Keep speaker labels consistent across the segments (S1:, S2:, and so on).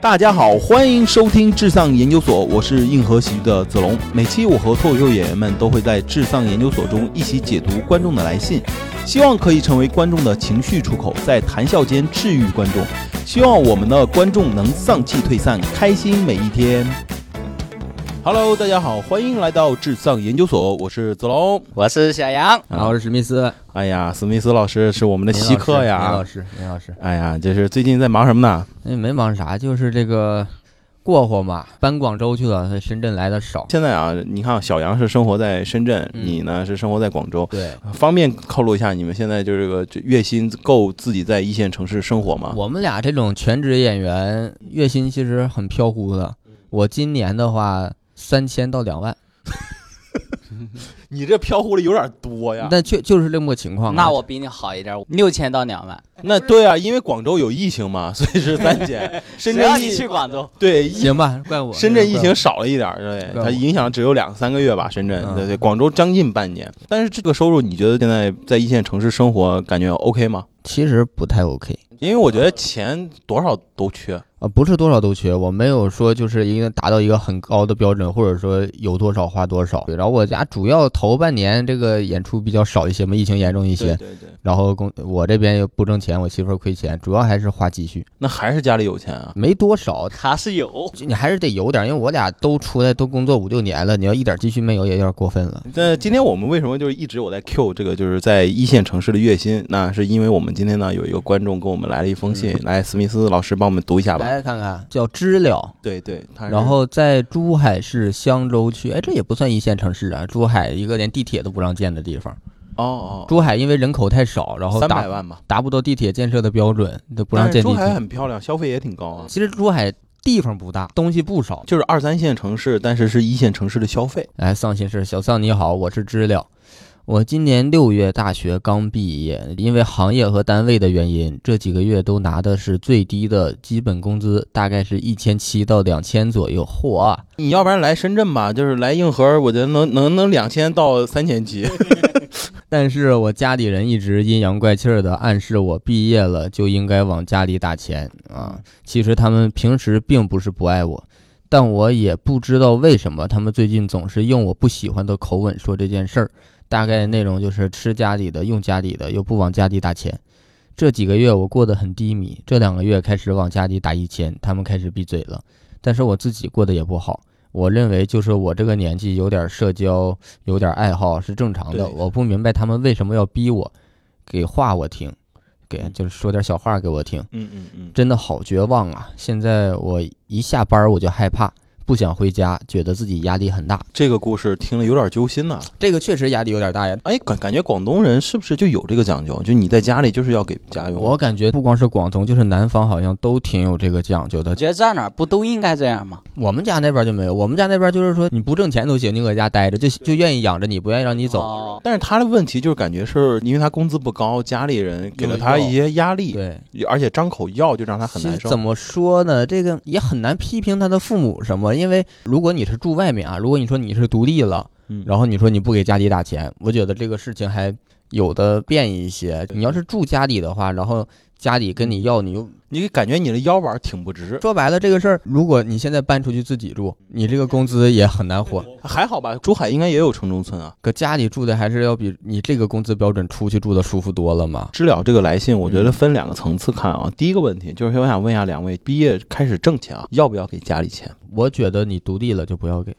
S1: 大家好，欢迎收听至上研究所，我是硬核喜剧的子龙。每期我和脱口秀演员们都会在至上研究所中一起解读观众的来信，希望可以成为观众的情绪出口，在谈笑间治愈观众。希望我们的观众能丧气退散，开心每一天。Hello，大家好，欢迎来到至上研究所，我是子龙。
S2: 我是小杨，
S3: 然后是史密斯，
S1: 哎呀，史密斯老师是我们的稀客
S3: 梅
S1: 呀
S3: 老。师，梅老师，
S1: 哎呀，这是最近在忙什么呢？
S3: 那哎没忙啥，就是这个过活嘛，搬广州去了，所以深圳来的少。
S1: 现在啊，你看小杨是生活在深圳，
S3: 嗯
S1: 你呢是生活在广州，
S3: 对，
S1: 方便透露一下你们现在就这个这月薪够自己在一线城市生活吗？
S3: 我们俩这种全职演员，月薪其实很飘忽的。我今年的话，三千到两万，
S1: 你这飘忽的有点多呀。
S3: 但就就是这么个情况啊。
S2: 那我比你好一点，六千到两万。
S1: 那对啊，因为广州有疫情嘛， 所以是三千。深
S2: 只要
S1: 圳
S2: 你
S1: 疫
S2: 去广州，
S1: 对疫
S3: 行吧，怪 我。
S1: 深圳疫
S3: 怪
S1: 情
S3: 我
S1: 少了一点儿，对，它
S3: 怪我
S1: 影响只有两三个月吧。深圳，
S3: 嗯
S1: 对对，广州将近半年。但是这个收入，你觉得现在在一线城市生活感觉 OK 吗？
S3: 其实不太 OK
S1: 因为我觉得钱多少都缺，
S3: 啊，不是多少都缺，我没有说就是一定达到一个很高的标准，或者说有多少花多少。对然后我家主要头半年这个演出比较少一些嘛，疫情严重一些，
S1: 对对对，
S3: 然后公我这边又不挣钱，我媳妇儿亏钱，主要还是花积蓄，
S1: 那还是家里有钱啊。
S3: 没多少，
S2: 还是有。
S3: 你还是得有点，因为我俩都出来都工作五六年了，你要一点积蓄没有也有点过分了。
S1: 那今天我们为什么就是一直我在 Q 这个就是在一线城市的月薪？那是因为我们今天呢有一个观众给我们来了一封 信，来史密斯老师帮我们读一下吧。
S3: 来看看，叫知了，
S1: 对对，他是
S3: 然后在珠海市香洲区，哎，这也不算一线城市啊，珠海一个连地铁都不让建的地方。
S1: 哦
S3: 珠海因为人口太少，然
S1: 哦，
S3: 后
S1: 三百
S3: 达
S1: 万吧，
S3: 达不到地铁建设的标准，都不让
S1: 但是
S3: 建地
S1: 珠海
S3: 铁。
S1: 很漂亮，消费也挺高啊。
S3: 其实珠海地方不大，东西不少，
S1: 就是二三线城市，但是是一线城市的消费。
S3: 哎，丧心事，小丧你好，我是知了。我今年六月大学刚毕业，因为行业和单位的原因，这几个月都拿的是最低的基本工资，大概是一千七到两千左右。嚯啊，
S1: 你要不然来深圳吧，就是来硬核，我觉得能能能两千到三千级。
S3: 但是我家里人一直阴阳怪气儿的暗示我毕业了就应该往家里打钱啊。其实他们平时并不是不爱我，但我也不知道为什么他们最近总是用我不喜欢的口吻说这件事儿。大概内容就是吃家里的、用家里的，又不往家里打钱。这几个月我过得很低迷，这两个月开始往家里打一千，他们开始闭嘴了。但是我自己过得也不好，我认为就是我这个年纪有点社交、有点爱好是正常的。
S1: 对
S3: 我不明白他们为什么要逼我，给话我听，给就是说点小话给我听。
S1: 嗯嗯嗯，
S3: 真的好绝望啊！现在我一下班我就害怕，不想回家，觉得自己压力很大。
S1: 这个故事听了有点揪心呐、
S3: 这个确实压力有点大呀。
S1: 哎，感感觉广东人是不是就有这个讲究？就你在家里就是要给家用。
S3: 我感觉不光是广东，就是南方好像都挺有这个讲究
S2: 我
S3: 的。
S2: 觉得在哪儿不都应该这样吗？
S3: 我们家那边就没有，我们家那边就是说你不挣钱都行，你搁家待着，就就愿意养着你，不愿意让你走。
S2: 哦
S1: 但是他的问题就是感觉是因为他工资不高，家里人给了他一些压力，
S3: 对，
S1: 而且张口要就让他很
S3: 其
S1: 难
S3: 实
S1: 受
S3: 怎。么说呢？这个也很难批评他的父母什么，因为如果你是住外面啊，如果你说你是独立了，
S1: 嗯
S3: 然后你说你不给家里打钱，我觉得这个事情还有的变一些。
S1: 对
S3: 你要是住家里的话，然后家里跟你要，你又
S1: 你感觉你的腰板挺不直，
S3: 说白了这个事儿，如果你现在搬出去自己住，你这个工资也很难活。
S1: 还好吧？珠海应该也有城中村啊。
S3: 搁家里住的还是要比你这个工资标准出去住的舒服多了嘛。
S1: 知了这个来信，我觉得分两个层次看
S3: 嗯
S1: 啊。第一个问题就是我想问一下两位，毕业开始挣钱啊，要不要给家里钱？
S3: 我觉得你独立了就不要给，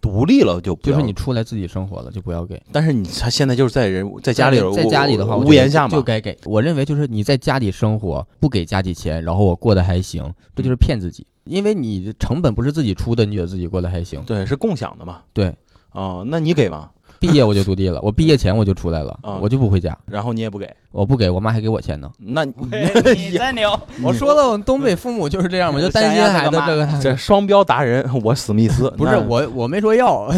S1: 独立了就不
S3: 就
S1: 要
S3: 是你，出来自己生活了就不要给。
S1: 但是你他现在就是在人在家里
S3: 在家里的话，我觉
S1: 屋
S3: 得
S1: 檐下
S3: 就
S1: 嘛。
S3: 该给。我认为就是你在家里生活，不给家里钱，然后我过得还行，这
S1: 嗯
S3: 就是骗自己。因为你成本不是自己出的，你觉得自己过得还行。
S1: 对，是共享的嘛。
S3: 对，
S1: 哦，那你给吗？
S3: 毕业我就 独立了，我毕业前我就出来了
S1: 啊，
S3: 我就不回家，
S1: 然后你也不给，
S3: 我不给我妈还给我钱呢。
S1: 那 你
S2: 你真
S1: 哎
S2: 牛！
S1: 嗯
S3: 我说了，我们东北父母就是这样嘛，就担心孩子这个。
S1: 这双标达人，我史密斯
S3: 不是
S1: 那
S3: 我，我没说要，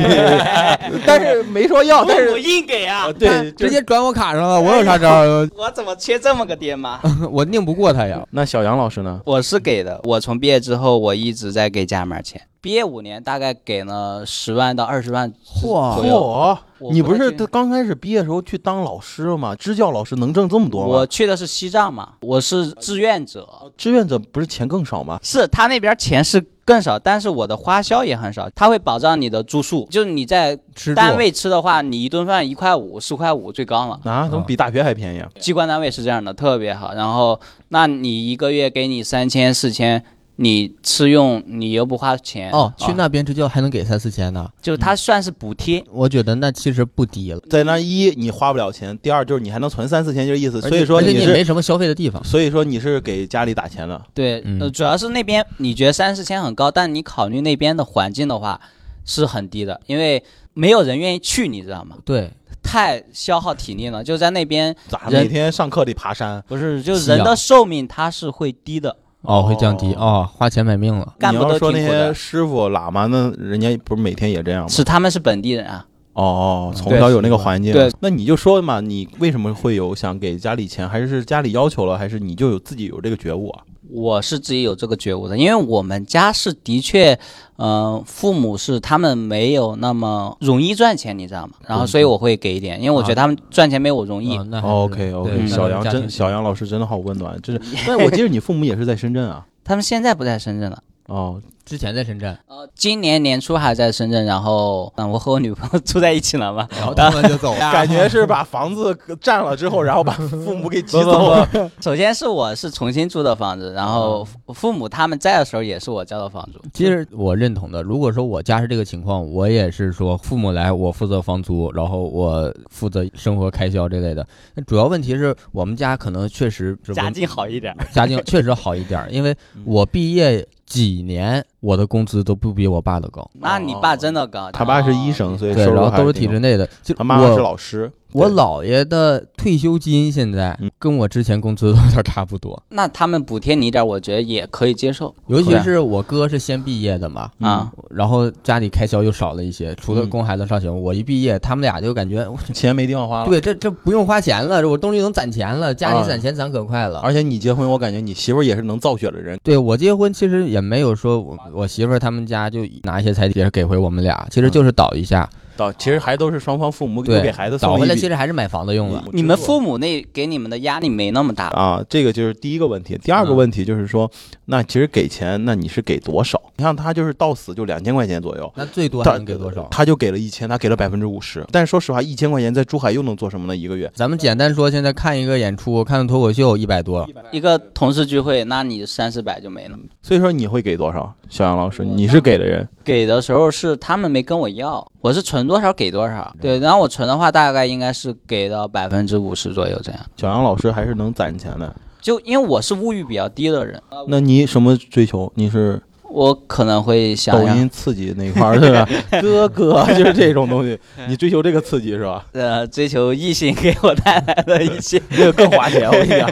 S1: 但是没说要，但
S2: 我
S1: 是呃
S2: 硬给 啊！
S1: 对，
S3: 直
S1: 直接。
S3: 接转我卡上了，我有啥招儿？
S2: 我怎么缺这么个爹妈？
S3: 我 拧不过他呀。
S1: 那小杨老师呢？
S2: 我是给的，我从毕业之后我一直在给家里面钱，毕业五年，大概给了十万到二十万。左右
S1: 嚯！
S2: 我
S1: 你
S2: 不
S1: 不
S2: 太
S1: 是
S2: 确
S1: 他刚开始毕业的时候去当老师了吗？支教老师能挣这么多吗？
S2: 我去的是西藏嘛，我是志愿者，
S1: 志愿者不是钱更少吗？
S2: 是他那边钱是更少，但是我的花销也很少，他会保障你的住宿，就是你在
S3: 吃住
S2: 单位吃的话，你一顿饭一块五、十块五最高了。
S1: 啊，怎么比大学还便宜啊？
S2: 机关单位是这样的，特别好。然后，那你一个月给你三千、四千，你吃用你又不花钱
S3: 哦，去
S2: 啊
S3: 那边支教还能给三四千呢，
S2: 就他算是补贴。
S3: 我觉得那其实不低了。
S1: 在那一你花不了钱，第二就是你还能存三四千，这意思。所以说
S3: 而且
S1: 你
S3: 你
S1: 是，
S3: 没什么消费的地方。
S1: 所以说你是给家里打钱了。
S2: 对，
S3: 嗯
S2: 呃，主要是那边你觉得三四千很高，但你考虑那边的环境的话是很低的，因为没有人愿意去，你知道吗？
S3: 对，
S2: 太消耗体力了，就在那边
S1: 咋
S2: 人
S1: 每天上课得爬山？
S2: 不是，就
S3: 夕阳
S2: 人的寿命它是会低的，
S3: 哦，会降低
S1: 哦
S3: 哦，花钱买命了。
S2: 干
S1: 你
S2: 部
S1: 要
S2: 都
S1: 说
S2: 挺
S1: 那
S2: 苦
S1: 些
S2: 的。
S1: 师傅喇嘛，那人家不是每天也这样吗？
S2: 是他们是本地人啊，
S1: 哦，从
S2: 对
S1: 小有那个环境。
S2: 对，
S1: 那你就说嘛，你为什么会有想给家里钱？还是家里要求了？还是你就有自己有这个觉悟啊？
S2: 我是自己有这个觉悟的，因为我们家是的确，呃，父母是他们没有那么容易赚钱，你知道吗？然后所以我会给
S1: 嗯
S2: 一点，因为我觉得他们赚钱没我容易。
S3: 哦那还是
S1: OK
S3: 对
S1: OK，
S2: 嗯
S1: 小杨
S3: 家庭
S1: 真小杨老师真的好温暖， 真是。但是我记得你父母也是在深圳啊。
S2: 他们现在不在深圳了，
S1: 哦，
S3: 之前在深 圳，
S2: 呃，今年年初还在深圳，然后嗯，我和我女朋友住在一起了嘛。
S3: 然后他们就走了。
S1: 感觉是把房子占了之后，然后把父母给挤
S2: 不不
S1: 走了。
S2: 不，首先是我是重新租的房子，然后
S1: 嗯
S2: 父父母他们在的时候也是我交的房租。
S3: 其实我认同的。如果说我家是这个情况，我也是说父母来，我负责房租，然后我负责生活开销这类的。那主要问题是我们家嗯可能确实是
S2: 家
S3: 文
S2: 境好一点，
S3: 家境确实好一点儿，因为我毕业几年，我的工资都不比我爸的高。
S2: 那你爸真的哦高，
S1: 哦他爸是医生，所以
S3: 对，
S1: 收入
S3: 然后
S1: 还
S3: 都是
S1: 挺
S3: 体
S1: 高
S3: 制内的。就
S1: 他妈妈
S3: 我
S1: 是老师，
S3: 我
S1: 对
S3: 姥爷的退休金现在
S1: 嗯
S3: 跟我之前工资都有点差不多，
S2: 那他们补贴你一点，我觉得也可以接受
S3: 尤其
S2: 对
S3: 是我哥是先毕业的嘛，
S2: 啊。
S3: 然后家里开销又少了一些，除了
S1: 嗯
S3: 供孩子上学，我一毕业，他们俩就感觉，我
S1: 钱没地方花了。，
S3: 对，这这不用花钱了，我终于能攒钱了，家
S1: 啊
S3: 里攒钱攒可快了。
S1: 而且你结婚，我感觉你媳妇儿也是能造血的人。
S3: 对我结婚其实也没有说我我媳妇儿他们家就拿一些彩礼给回我们俩，其实就是倒一下，
S1: 到其实还都是双方父母
S3: 对
S1: 给孩子
S3: 倒
S1: 送
S3: 回
S1: 一
S3: 来
S1: 笔
S3: 其实还是买房子用了。
S2: 你们父母那给你们的压力没那么大，
S1: 啊，这个就是第一个问题。第二个
S3: 嗯
S1: 问题就是说，那其实给钱，那你是给多少？你看他就是到死就两千块钱左右。
S3: 那最多还
S1: 他
S3: 能给多少？
S1: 他就给了一千，他给了百分之五十。但是说实话，一千块钱在珠海又能做什么呢？一个月
S3: 咱们简单说，现在看一个演出，看脱口秀一百多，
S2: 一个同事聚会，那你三四百就没了。
S1: 所以说你会给多少？小杨老师，你是给的人，
S2: 给的时候是他们没跟我要，我是存多少给多少。对，然后我存的话，大概应该是给到百分之五十左右这样。
S1: 小杨老师还是能攒钱的。
S2: 就因为我是物欲比较低的人，
S1: 那你什么追求？你是
S2: 我可能会想
S1: 抖
S2: 要
S1: 音刺激那一块儿对 吧？哥哥就是这种东西，你追求这个刺激是吧？
S2: 呃追求异性给我带来的一些，
S1: 这个更花钱，我跟你讲。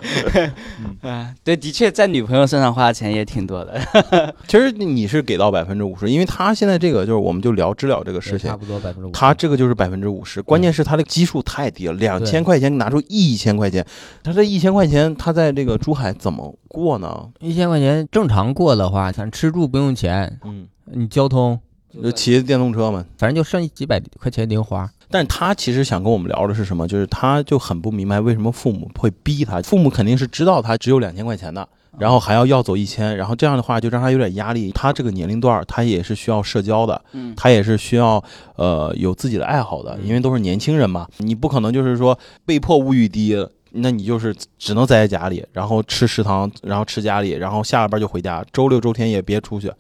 S2: 啊，对，的确在女朋友身上花的钱也挺多的。
S1: 其实你是给到百分之五十，因为他现在这个就是我们就聊治疗这个事
S3: 差
S1: 情，
S3: 不多百分之五。
S1: 他这个就是百分之五十，关键是他的基数太低了，两千块钱拿出一千块钱，他这一千块钱他在这个珠海怎么过呢？
S3: 一千块钱正常过的话，咱吃住不用钱，
S1: 嗯，
S3: 你交通
S1: 就骑着电动车嘛。
S3: 反正就剩几百块钱零花。
S1: 但他其实想跟我们聊的是什么？就是他就很不明白为什么父母会逼他，父母肯定是知道他只有两千块钱的，然后还要要走一千，然后这样的话就让他有点压力。他这个年龄段儿，他也是需要社交的，
S2: 嗯，
S1: 他也是需要呃有自己的爱好的，因为都是年轻人嘛，你不可能就是说被迫物欲低。那你就是只能宅在家里，然后吃食堂，然后吃家里，然后下了班就回家，周六周天也别出去。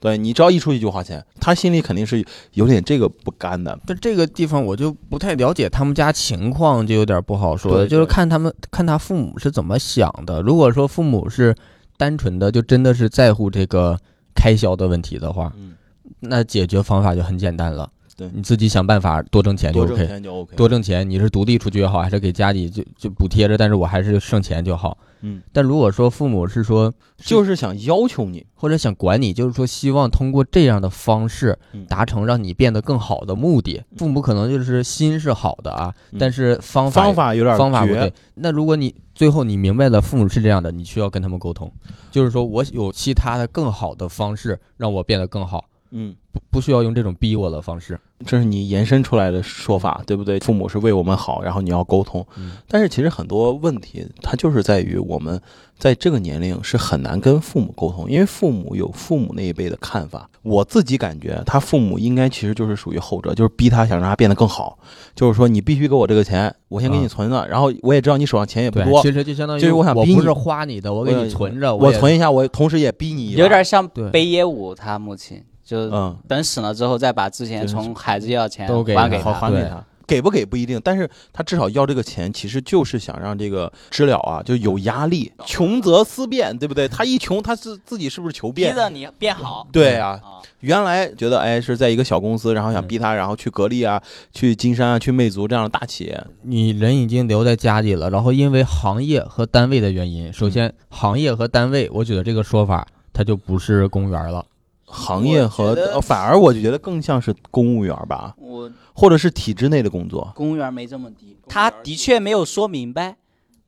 S1: 对你只要一出去就花钱，他心里肯定是有点这个不甘的。
S3: 但这个地方我就不太了解他们家情况，就有点不好说
S1: 对
S3: 了。就是
S1: 对
S3: 看他们看他父母是怎么想的。如果说父母是单纯的，就真的是在乎这个开销的问题的话，
S1: 嗯，
S3: 那解决方法就很简单了。
S1: 对
S3: 你自己想办法多挣钱就
S1: 多挣
S3: OK。
S1: 钱就 OK。
S3: 多挣钱，你是独立出去也好，还是给家里就就补贴着，但是我还是剩钱就好。
S1: 嗯，
S3: 但如果说父母是说
S1: 就是想要求你，
S3: 或者想管你，就是说希望通过这样的方式
S1: 嗯
S3: 达成让你变得更好的目的。父母可能就是心是好的啊，
S1: 嗯
S3: 但是方法
S1: 方法有点
S3: 方法不
S1: 绝
S3: 对。。那如果你最后你明白了父母是这样的，你需要跟他们沟通，就是说我有其他的更好的方式让我变得更好。
S1: 嗯，
S3: 不不需要用这种逼我的方式。
S1: 这是你延伸出来的说法，对不对？父母是为我们好，然后你要沟通。
S3: 嗯
S1: 但是其实很多问题，它就是在于我们在这个年龄是很难跟父母沟通，因为父母有父母那一辈的看法。我自己感觉，他父母应该其实就是属于后者，就是逼他想让他变得更好，就是说你必须给我这个钱，我先给你
S3: 嗯
S1: 存着，然后我也知道你手上钱也不
S3: 对，
S1: 多，
S3: 其实就相当于
S1: 就是我想逼
S3: 不
S1: 你
S3: 是花你的，我给
S1: 我
S3: 你存着，
S1: 我
S3: 也
S1: 存一下，我同时也逼你一把，
S2: 有点像
S3: 对
S2: 北野武他母亲，就
S1: 嗯，
S2: 等死了之后再把之前
S1: 就是
S2: 从孩子要钱
S3: 都给
S2: 还
S3: 他
S2: 给
S1: 好
S2: 他。
S1: 还给
S3: 对
S1: 他。给不给不一定，但是他至少要这个钱，其实就是想让这个知了啊，就有压力，穷则思变，对不对？他一穷，他是自己是不是求
S2: 逼
S1: 变？
S2: 着你变好。
S1: 对啊，
S2: 啊，
S1: 原来觉得哎是在一个小公司，然后想逼他，然后去格力啊、去金山啊、去魅族这样的大企业，
S3: 你人已经留在家里了，然后因为行业和单位的原因，首先行业和单位，我觉得这个说法它就不是公务员了。
S1: 行业和
S2: 我觉得
S1: 呃反而我就觉得更像是公务员吧，
S2: 我
S1: 或者是体制内的工作。
S2: 公务员没这么低，他的确没有说明白。
S1: 嗯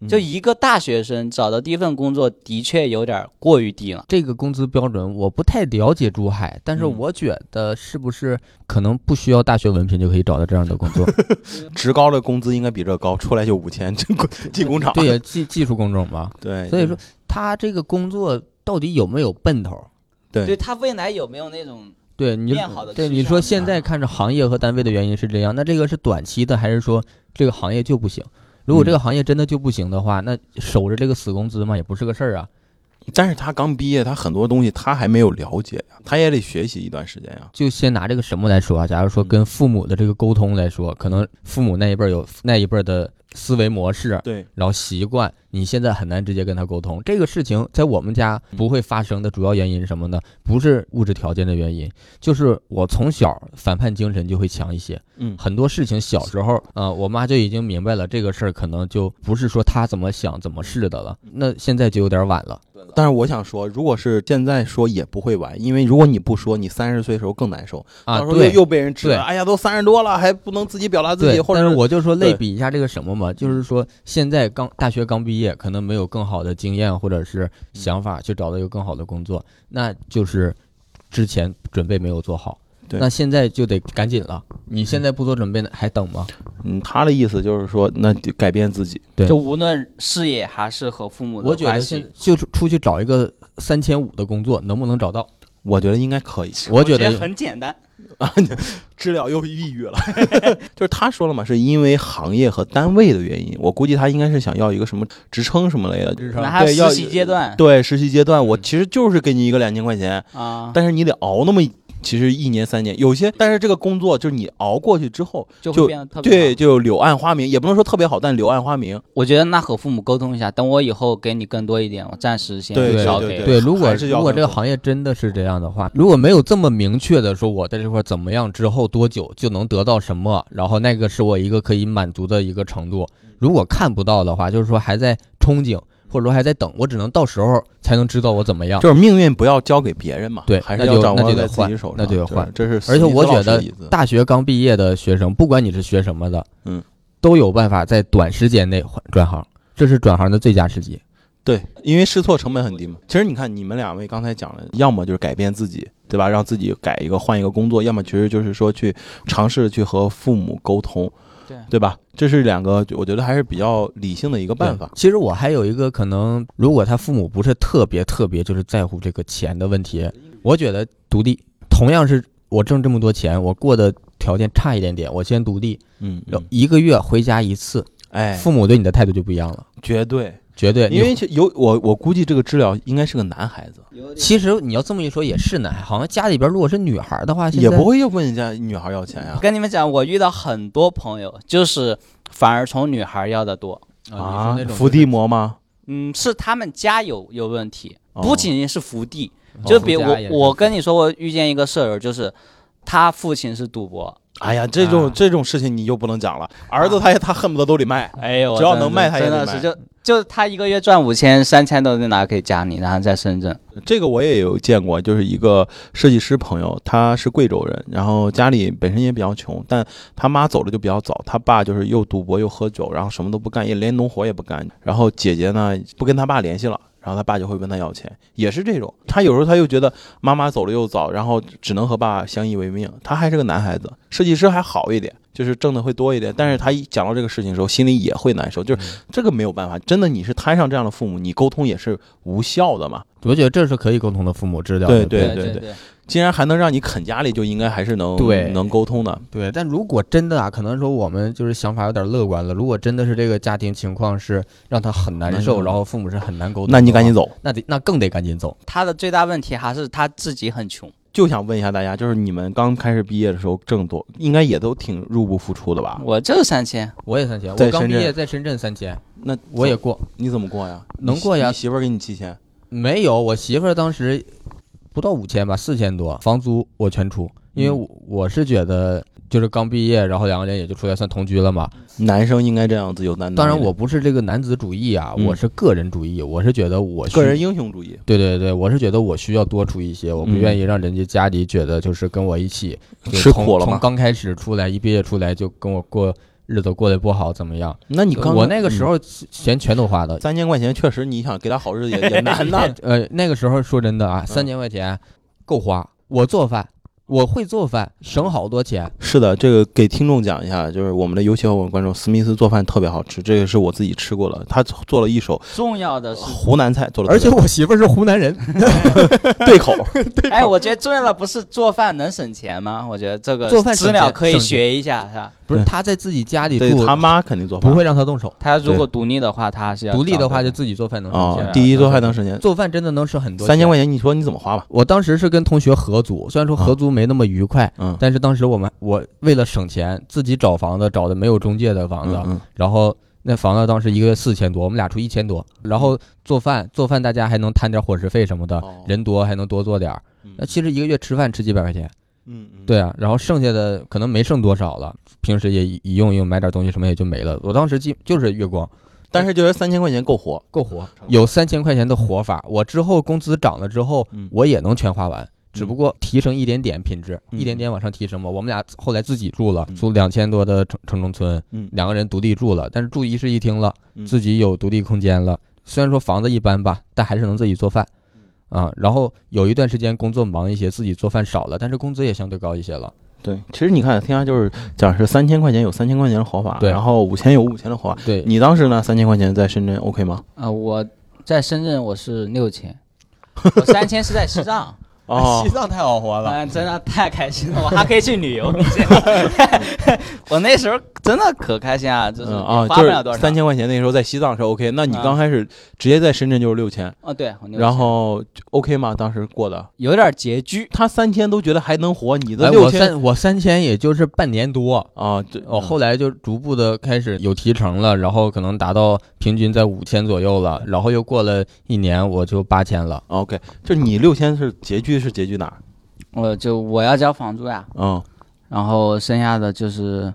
S2: 就一个大学生找到第一份工作，的确有点过于低了。
S3: 这个工资标准我不太了解珠海，但是
S1: 嗯
S3: 我觉得是不是可能不需要大学文凭就可以找到这样的工作？
S1: 职高的工资应该比这高，出来就五千，进工进工厂。
S3: 对呀，技技术工种嘛。
S1: 对，
S3: 所以说他这个工作到底有没有奔头？
S2: 对
S1: 对
S2: 他未来有没有那种
S3: 对你
S2: 变好的
S3: 对
S2: 趋
S3: 你
S2: 势
S3: 说
S2: 啊
S3: 现在看着行业和单位的原因是这样，那这个是短期的，还是说这个行业就不行？如果这个行业真的就不行的话，那守着这个死工资嘛也不是个事儿啊。
S1: 但是他刚毕业，他很多东西他还没有了解呀，他也得学习一段时间呀。
S3: 就先拿这个什么来说啊，假如说跟父母的这个沟通来说，可能父母那一辈儿有那一辈儿的思维模式，
S1: 对，
S3: 然后习惯，你现在很难直接跟他沟通。这个事情在我们家不会发生的主要原因是什么呢？不是物质条件的原因，就是我从小反叛精神就会强一些。
S1: 嗯
S3: 很多事情小时候，啊，我妈就已经明白了这个事儿，可能就不是说她怎么想怎么是的了。那现在就有点晚了。
S1: 但是我想说，如果是现在说也不会晚，因为如果你不说，你三十岁的时候更难受，
S3: 啊，
S1: 到时候又
S3: 对，
S1: 又被人指
S3: 对
S1: 责，哎呀，都三十多了还不能自己表达自己，
S3: 对，
S1: 或
S3: 但
S1: 者
S3: 是我就说类
S1: 对嗯
S3: 比一下这个什么嘛，就是说现在刚大学刚毕业，可能没有更好的经验或者是想法去找到一个更好的工作，那就是之前准备没有做好。
S1: 对
S3: 那现在就得赶紧了，你现在不做准备呢，还等吗？
S1: 嗯，他的意思就是说，那得改变自己，
S3: 对
S2: 就无论事业还是和父母
S3: 我
S2: 的
S3: 觉得
S2: 关
S3: 现
S2: 系，
S3: 就是出去找一个三千五的工作，能不能找到？
S1: 我觉得应该可 以。
S3: 我觉得
S2: 很简单。
S1: 知了又抑郁了， 就是他说了嘛，是因为行业和单位的原因，我估计他应该是想要一个什么职称什么类的。
S3: 职
S2: 可
S3: 称
S2: 能还
S1: 对
S2: 有
S1: 要
S2: 实习阶
S3: 哎
S2: 段
S1: 对，实习阶段我其实就是给你一个两千块钱，
S2: 啊，
S1: 但是你得熬那么一，其实一年三年，有些，但是这个工作就是你熬过去之后，
S2: 就
S1: 就
S2: 会变得特别
S1: 对，
S2: 好。
S1: 就柳暗花明，也不能说特别好，但柳暗花明，
S2: 我觉得那和父母沟通一下，等我以后给你更多一点，我暂时先
S1: 对
S3: 对
S2: 少
S1: 对
S2: 给。
S3: 对，如果
S1: 还是要
S3: 如果
S1: 更
S3: 这个
S1: 多
S3: 行业真的是这样的话，如果没有这么明确的说我在这块儿怎么样之后多久就能得到什么，然后那个是我一个可以满足的一个程度，
S1: 嗯
S3: 如果看不到的话，就是说还在憧憬或者说还在等，我只能到时候才能知道我怎么样。
S1: 就是命运不要交给别人嘛，
S3: 啊对
S1: 还是
S3: 那就
S1: 要掌
S3: 那
S1: 握
S3: 就得
S1: 在自
S3: 换
S1: 己手上，
S3: 那就得
S1: 对
S3: 换
S1: 这是斯
S3: 而且
S1: 皮
S3: 我
S1: 茨老
S3: 觉
S1: 师的
S3: 得
S1: 意思
S3: 大学刚毕业的学生，不管你是学什么的，
S1: 嗯，
S3: 都有办法在短时间内换转行，这是转行的最佳时机。
S1: 对，因为试错成本很低嘛。其实你看，你们两位刚才讲了，要么就是改变自己，对吧？让自己改一个换一个工作，要么其实就是说去尝试去和父母沟通，
S2: 对
S1: 对吧？这是两个，我觉得还是比较理性的一个办法
S3: 对。其实我还有一个可能，如果他父母不是特别特别就是在乎这个钱的问题，我觉得独立同样是我挣这么多钱，我过得条件差一点点，我先独立，
S1: 嗯，嗯
S3: 一个月回家一次，
S1: 哎，
S3: 父母对你的态度就不一样了，
S1: 绝对，
S3: 绝对。
S1: 因为
S3: 你
S1: 其呃有我，我估计这个知了应该是个男孩子。
S3: 其实你要这么一说也是呢，好像家里边如果是女孩的话，现
S1: 也
S3: 在
S1: 不会问人家女孩要钱呀
S2: 我、跟你们讲，我遇到很多朋友，就是反而从女孩要的多。
S1: 啊
S3: 你是那，种
S1: 伏地魔吗？
S2: 嗯，是他们家有有问题，
S1: 哦
S2: 不仅仅是福地，
S3: 哦
S2: 就比
S3: 家
S2: 我
S3: 也是
S2: 我跟你说，我遇见一个舍友，就是他父亲是赌博，
S1: 哎呀，这种、
S3: 啊
S1: 这种事情你就不能讲了。儿子他也他恨不得都得卖，
S2: 哎呦，
S1: 只要
S2: 真的
S1: 能卖他也
S2: 真
S1: 得
S2: 的
S1: 卖
S2: 是就就他一个月赚五千、三千都能拿给家里，然后在深圳，
S1: 这个我也有见过，就是一个设计师朋友，他是贵州人，然后家里本身也比较穷，但他妈走的就比较早，他爸就是又赌博又喝酒，然后什么都不干，也连农活也不干。然后姐姐呢不跟他爸联系了，然后他爸就会问他要钱，也是这种。他有时候他又觉得妈妈走了又早，然后只能和爸爸相依为命。他还是个男孩子，设计师还好一点，就是挣的会多一点。但是他一讲到这个事情的时候，心里也会难
S3: 嗯
S1: 受，就是这个没有办法。真的，你是摊上这样的父母，你沟通也是无效的嘛。
S3: 我觉得这是可以沟通的父母治疗
S1: 对
S3: 的，
S1: 对
S2: 对
S1: 对既然还能让你啃家里，就应该还是能
S3: 对
S1: 能沟通的。
S3: 对，但如果真的啊，可能说我们就是想法有点乐观了。如果真的是这个家庭情况是让他很难
S1: 难
S3: 受，
S1: 受
S3: 然后父母是很难沟通，
S1: 那你赶紧，走。
S3: 那得那更得赶紧走。
S2: 他的最大问题还是他自己很穷。
S1: 就想问一下大家，就是你们刚开始毕业的时候挣多，应该也都挺入不敷出的吧？
S2: 我就三千，
S3: 我也三千，
S1: 在
S3: 我刚
S1: 深
S3: 毕
S1: 圳
S3: 业在深圳三千，
S1: 那
S3: 我也过。
S1: 你怎么过呀？
S3: 能过呀
S1: 你媳妇儿给你七千，
S3: 没有，我媳妇儿当时不到五千吧，四千多，房租我全出，因为
S1: 嗯
S3: 我我是觉得就是刚毕业，然后两个人也就出来算同居了嘛。
S1: 男生应该这样子有担当。
S3: 当然，我不是这个男子主义啊，
S1: 嗯
S3: 我是个人主义，我是觉得我需
S1: 个人英雄主义，
S3: 对对对，我是觉得我需要多出一些，我不
S1: 嗯
S3: 愿意让人家家里觉得就是跟我一起就
S1: 吃
S3: 从
S1: 苦了
S3: 从
S1: 吗
S3: 刚开始出来，一毕业出来就跟我过日子过得不好，怎么样？
S1: 那你刚
S3: 我那个时候钱全都花了。
S1: 嗯。三千块钱，确实你想给他好 日子也也 难呐
S2: 哎
S3: 呃，那个时候说真的啊，三
S1: 嗯
S3: 千块钱够花。我做饭，我会做饭，省好多钱。
S1: 是的，这个给听众讲一下，就是我们的尤其和我们观众，史密斯做饭特别好吃，这个是我自己吃过了，他做了一手
S2: 重要的是，
S1: 湖南菜，做的
S3: 而且我媳妇儿是湖南人，
S1: 对口，
S2: 哎，我觉得重要的不是做饭能省钱吗？我觉得这个
S3: 做饭省
S2: 资料
S3: 钱
S2: 可以
S3: 省钱
S2: 学一下，是吧？
S3: 不是
S1: 对
S3: 她在自己家里
S1: 对
S3: 住，
S1: 他妈肯定做饭
S3: 不会让她动手。
S2: 他如果独立的话，他还是要
S3: 独立的话
S2: 找
S3: 就
S2: 个
S3: 自己做饭能省
S1: 啊
S3: 钱。。
S1: 第一做饭能省钱，
S3: 做饭真的能省很多
S1: 三千块钱，你说你怎么花吧？
S3: 我当时是跟同学合租，虽然
S1: 啊
S3: 说合租没那么愉快，
S1: 嗯，
S3: 但是当时我们我为了省钱，自己找房子，找的没有中介的房子，
S1: 嗯嗯
S3: 然后那房子当时一个月四千多，我们俩出一千多，然后做饭做饭大家还能摊点伙食费什么的，
S1: 嗯哦
S3: 人多还能多做点儿。
S1: 嗯
S3: 啊那其实一个月吃饭吃几百块钱，
S1: 嗯嗯，
S3: 对啊，然后剩下的可能没剩多少了，平时也一一用一用买点东西什么也就没了。我当时记就是月光
S1: 但是觉得三千块钱够活，
S3: 够活，
S1: 嗯
S3: 有三千块钱的活法，我之后工资涨了之后
S1: 嗯，
S3: 我也能全花完。只不过提升一点点品质，
S1: 嗯
S3: 一点点往上提升嘛。我们俩后来自己住了
S1: 嗯，
S3: 租两千多的城城中村，
S1: 嗯
S3: 两个人独立住了，但是住一室一厅了，
S1: 嗯
S3: 自己有独立空间了。虽然说房子一般吧，但还是能自己做饭，
S1: 嗯
S3: 啊。然后有一段时间工作忙一些，自己做饭少了，但是工资也相对高一些了。
S1: 对，其实你看，天涯就是讲是三千块钱有三千块钱的活法，
S3: 对
S1: 然后五千有五千的活法。
S3: 对，，
S1: 你当时呢？三千块钱在深圳 OK 吗？
S2: 啊、我在深圳我是六千，我三千是在西藏，
S1: 哦
S3: 藏太好活
S2: 嗯、，真的太开心了，我还可以去旅游。你知道吗 我那时候真的可开心啊，就是
S1: 嗯啊，
S2: 花
S1: 就
S2: 不了多
S1: 是
S2: 少。
S1: 三千块钱那时候在西藏是 OK，那你
S2: 啊
S1: 刚开始直接在深圳就是六千，
S2: 哦，对，我那时候
S1: 然后就 OK 吗？当时过的，
S2: 有点拮据，
S1: 他三千都觉得还能活，你的
S3: 哎，
S1: 六
S3: 我
S1: 千
S3: 三我三千也就是半年多，
S1: 啊，这
S3: 我哦后来就逐步的开始有提成了，然后可能达到平均在五千左右了，然后又过了一年我就八千了。
S1: OK，就是你六千是拮据是拮据哪儿？
S2: 我就我要交房租呀、
S1: 嗯
S2: 然后剩下的就是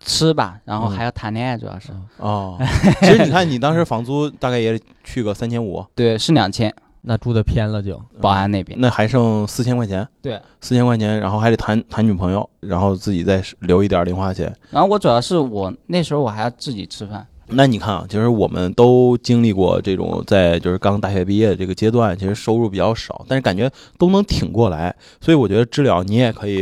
S2: 吃吧，然后
S1: 嗯
S2: 还要谈恋爱，主要是、
S1: 哦，其实你看你当时房租大概也得去个三千 五，
S2: 对是两千，
S3: 那住的偏了就，
S1: 嗯
S2: 保安那边、
S1: 那还剩四千块钱。
S2: 对。
S1: 四千块钱，然后还得谈谈女朋友，然后自己再留一点零花钱。
S2: 然后我主要是我那时候我还要自己吃饭，
S1: 那你看啊，其实我们都经历过这种在就是刚大学毕业这个阶段，其实收入比较少，但是感觉都能挺过来。所以我觉得知了你也可以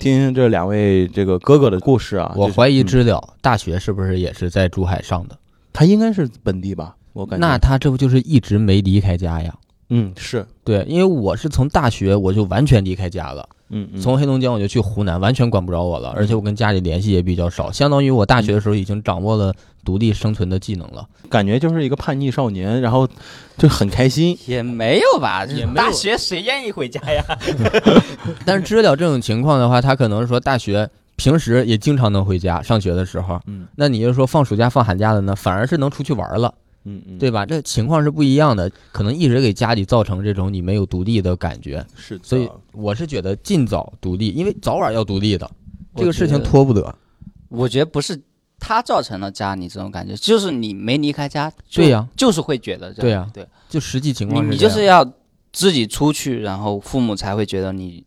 S1: 听听这两位这个哥哥的故事啊。
S3: 我
S1: 就是
S3: 怀疑
S1: 嗯
S3: 知了大学是不是也是在珠海上的？
S1: 他应该是本地吧，我感觉
S3: 那他这不就是一直没离开家呀？
S1: 嗯是
S3: 对，因为我是从大学我就完全离开家了，
S1: 嗯嗯
S3: 从黑龙江我就去湖南，完全管不着我了，而且我跟家里联系也比较少，相当于我大学的时候已经掌握了独立生存的技能了。
S1: 感觉就是一个叛逆少年，然后就很开心。
S2: 也没有吧，就是
S3: 也没有
S2: 大学谁愿意回家呀？
S3: 但是知了这种情况的话，他可能说大学平时也经常能回家，上学的时候，
S1: 嗯
S3: 那你就说放暑假放寒假的呢，反而是能出去玩了，
S1: 嗯嗯，
S3: 对吧？这情况是不一样的，可能一直给家里造成这种你没有独立的感觉，
S1: 是的，
S3: 所以我是觉得尽早独立，因为早晚要独立的，这个事
S2: 我
S3: 情
S2: 觉得
S3: 拖不得。
S2: 我觉得不是他造成了家里这种感觉，就是你没离开家，就
S3: 对呀
S2: 就是会觉得这样
S3: 对
S2: 对，
S3: 呀就实际情
S2: 你
S3: 况
S2: 你
S3: 这
S2: 就
S3: 样
S2: 是要自己出去，然后父母才会觉得你